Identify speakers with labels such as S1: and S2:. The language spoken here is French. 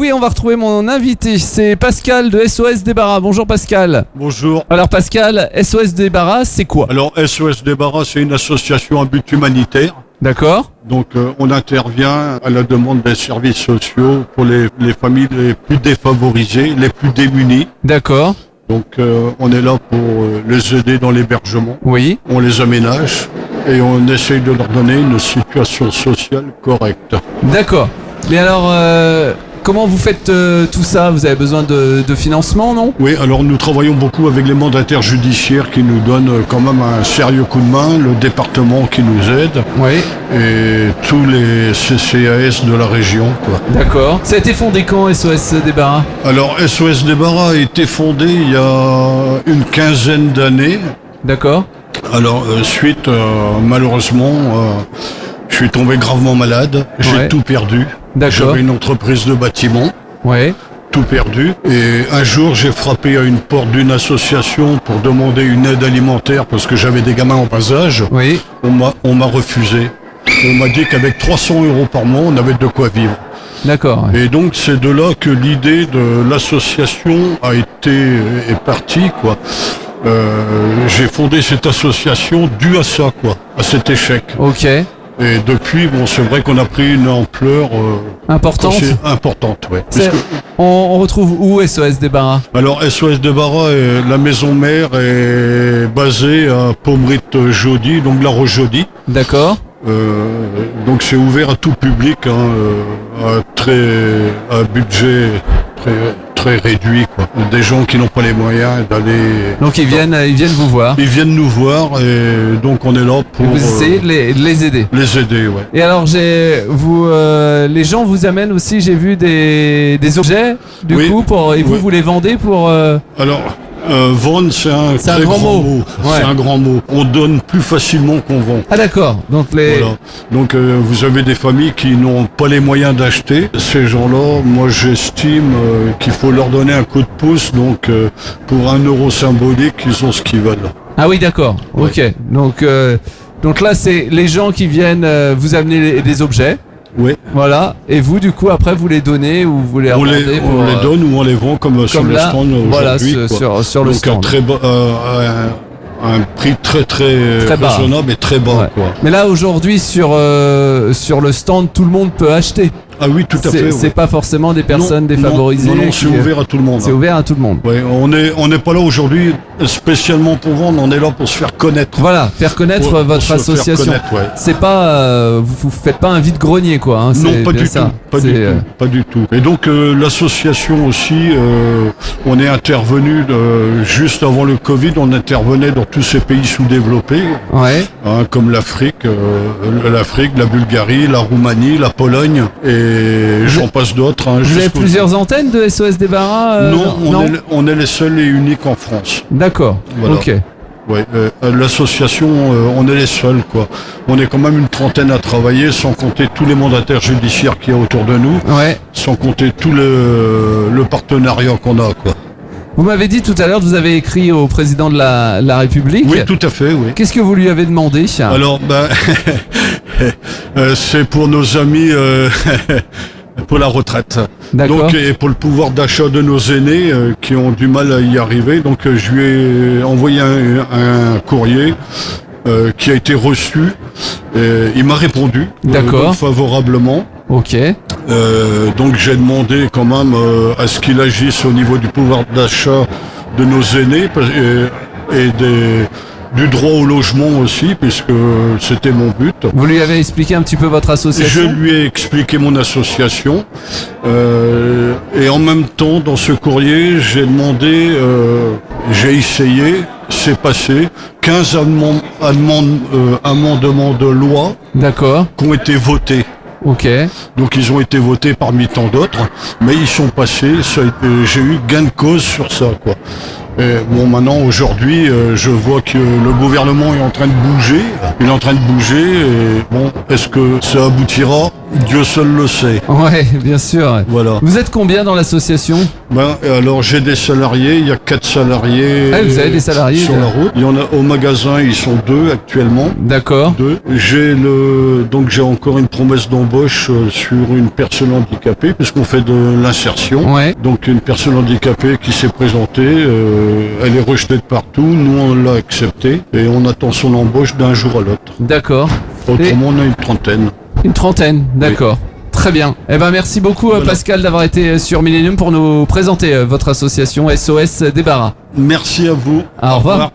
S1: Oui, on va retrouver mon invité, c'est Pascal de SOS Débarras. Bonjour Pascal.
S2: Bonjour.
S1: Alors Pascal, SOS Débarras, c'est quoi
S2: Alors SOS Débarras, c'est une association à but humanitaire.
S1: D'accord
S2: Donc euh, on intervient à la demande des services sociaux pour les, les familles les plus défavorisées, les plus démunies.
S1: D'accord,
S2: Donc euh, on est là pour euh, les aider dans l'hébergement.
S1: oui.
S2: On les aménage et on essaye de leur donner une situation sociale correcte.
S1: D'accord. Mais alors, euh, comment vous faites euh, tout ça Vous avez besoin de, de financement, non
S2: Oui, alors nous travaillons beaucoup avec les mandataires judiciaires qui nous donnent euh, quand même un sérieux coup de main, le département qui nous aide
S1: Oui.
S2: et tous les CCAS de la région. Quoi.
S1: D'accord. Ça a été fondé quand SOS Débarras
S2: Alors SOS Débarras a été fondé il y a une quinzaine d'années.
S1: D'accord.
S2: Alors euh, suite, euh, malheureusement, euh, je suis tombé gravement malade. J'ai
S1: Ouais.
S2: tout perdu.
S1: D'accord.
S2: J'avais une entreprise de bâtiment,
S1: Ouais.
S2: tout perdu. Et un jour, j'ai frappé à une porte d'une association pour demander une aide alimentaire parce que j'avais des gamins en bas âge.
S1: Oui.
S2: On m'a on m'a refusé. On m'a dit qu'avec 300 euros par mois, on avait de quoi vivre.
S1: D'accord.
S2: Et donc c'est de là que l'idée de l'association a été est partie quoi. Euh, j'ai fondé cette association due à ça quoi, à cet échec.
S1: Ok.
S2: Et depuis bon c'est vrai qu'on a pris une ampleur euh,
S1: Importante.
S2: assez importante ouais.
S1: C'est-
S2: Puisque-
S1: On, on retrouve où SOS Débarras
S2: alors SOS de Barra, euh, la maison mère est basée à Pommerite jody donc la roche jody
S1: D'accord.
S2: Euh, donc c'est ouvert à tout public, hein, euh, à très à budget très, très réduit. Quoi. Des gens qui n'ont pas les moyens d'aller.
S1: Donc ils viennent, ils viennent vous voir.
S2: Ils viennent nous voir et donc on est là pour
S1: Vous essayez
S2: euh,
S1: de les- de les aider.
S2: les aider. Ouais.
S1: Et alors, j'ai, vous, euh, les gens vous amènent aussi, j'ai vu des, des objets, du
S2: Oui.
S1: coup, pour, et vous,
S2: Oui.
S1: vous les vendez pour. euh,
S2: Alors. Euh, vendre, c'est un
S1: C'est un
S2: très
S1: grand mot.
S2: grand mot.
S1: Ouais.
S2: C'est un grand mot. On donne plus facilement qu'on vend.
S1: Ah, d'accord. Donc, les.
S2: Voilà. Donc euh, vous avez des familles qui n'ont pas les moyens d'acheter. Ces gens-là, moi j'estime euh, qu'il faut leur donner un coup de pouce. Donc euh, pour un euro symbolique, ils ont ce qu'ils veulent.
S1: Ah, oui, d'accord.
S2: Ouais.
S1: Ok. Donc, euh, donc là, c'est les gens qui viennent euh, vous amener les- des objets.
S2: Oui.
S1: Voilà. Et vous, du coup, après, vous les donnez ou vous les
S2: On
S1: revendez
S2: les,
S1: pour,
S2: on les
S1: euh,
S2: donne ou on les vend comme, euh, sur
S1: comme
S2: le
S1: là.
S2: stand aujourd'hui.
S1: Voilà, ce-
S2: quoi.
S1: sur, sur le
S2: donc un
S1: stand.
S2: très bas, euh, un, un prix très très,
S1: Très bas.
S2: raisonnable et très bas.
S1: Ouais.
S2: Quoi.
S1: Mais là, aujourd'hui, sur, euh, sur le stand, tout le monde peut acheter.
S2: Ah oui, tout
S1: c'est,
S2: à fait.
S1: c'est
S2: ouais.
S1: pas forcément des personnes
S2: Non, non,
S1: défavorisées.
S2: Non, non,
S1: qui,
S2: c'est
S1: euh,
S2: ouvert à tout le monde.
S1: c'est ouvert à tout le monde.
S2: Ouais, on n'est on n'est pas là aujourd'hui spécialement pour vendre, on est là pour se faire connaître.
S1: Voilà, faire connaître
S2: Pour-
S1: euh,
S2: pour
S1: votre
S2: se faire
S1: association.
S2: connaître, ouais.
S1: C'est pas, euh, vous, vous faites pas un vide grenier quoi. hein, c'est
S2: Non, pas
S1: bien
S2: du
S1: ça.
S2: tout, pas du
S1: C'est, euh,
S2: tout, pas du tout. Et donc euh, l'association aussi, euh, on est intervenu euh, juste avant le Covid, on intervenait dans tous ces pays sous-développés,
S1: euh, Ouais,
S2: hein, comme l'Afrique, euh, l'Afrique, la Bulgarie, la Roumanie, la Pologne, et j'en passe d'autres. hein,
S1: vous avez
S2: jusqu'au-
S1: plusieurs antennes de SOS Débarras euh,
S2: Non, on, Est, le- on est les seuls et uniques en France.
S1: D'accord.
S2: Voilà.
S1: Ok.
S2: Ouais, euh, l'association, euh, on est les seuls, quoi. On est quand même une trentaine à travailler, sans compter tous les mandataires judiciaires qu'il y a autour de nous.
S1: Ouais.
S2: sans compter tout le, le partenariat qu'on a. Quoi.
S1: Vous m'avez dit tout à l'heure que vous avez écrit au président de la, la République.
S2: Oui, tout à fait, oui.
S1: Qu'est-ce que vous lui avez demandé
S2: Alors, ben, euh, c'est pour nos amis, euh, pour la retraite.
S1: D'accord.
S2: Donc, et pour le pouvoir d'achat de nos aînés euh, qui ont du mal à y arriver. Donc, euh, je lui ai envoyé un, un courrier. euh, qui a été reçu, Et il m'a répondu euh,
S1: D'accord.
S2: donc favorablement.
S1: Ok.
S2: Euh, donc j'ai demandé quand même euh, à ce qu'il agisse au niveau du pouvoir d'achat de nos aînés parce- euh, et, et des- du droit au logement aussi, puisque c'était mon but.
S1: Vous lui avez expliqué un petit peu votre
S2: Je
S1: association.
S2: lui ai expliqué mon association euh, et en même temps dans ce courrier j'ai demandé, euh, j'ai essayé, c'est passé, 15 amendements, amendements, euh, amendements de loi
S1: D'accord.
S2: qui ont été votés.
S1: Ok.
S2: Donc ils ont été votés parmi tant d'autres, mais ils sont passés. ça a été- J'ai eu gain de cause sur ça, quoi. Et bon, maintenant aujourd'hui, euh, je vois que le gouvernement est en train de bouger. Il est en train de bouger. Et bon, est-ce que ça aboutira Dieu seul le sait.
S1: Ouais, bien sûr.
S2: Voilà.
S1: Vous êtes combien dans l'association
S2: Ben, alors j'ai des salariés, il y a quatre salariés.
S1: Ah, vous avez des salariés,
S2: sur
S1: là.
S2: la route. Il y en a au magasin, ils sont deux actuellement.
S1: D'accord.
S2: Deux. J'ai le donc j'ai encore une promesse d'embauche euh, sur une personne handicapée puisqu'on fait de l'insertion.
S1: Ouais.
S2: Donc une personne handicapée qui s'est présentée, euh, elle est rejetée de partout. Nous on l'a acceptée et on attend son embauche d'un jour à l'autre.
S1: D'accord.
S2: Autrement on a une trentaine.
S1: Une trentaine, d'accord. Très bien. Eh ben merci beaucoup euh,
S2: Voilà.
S1: Pascal d'avoir été euh, sur Millennium pour nous présenter euh, votre association SOS Débarras.
S2: Merci à vous.
S1: Au revoir.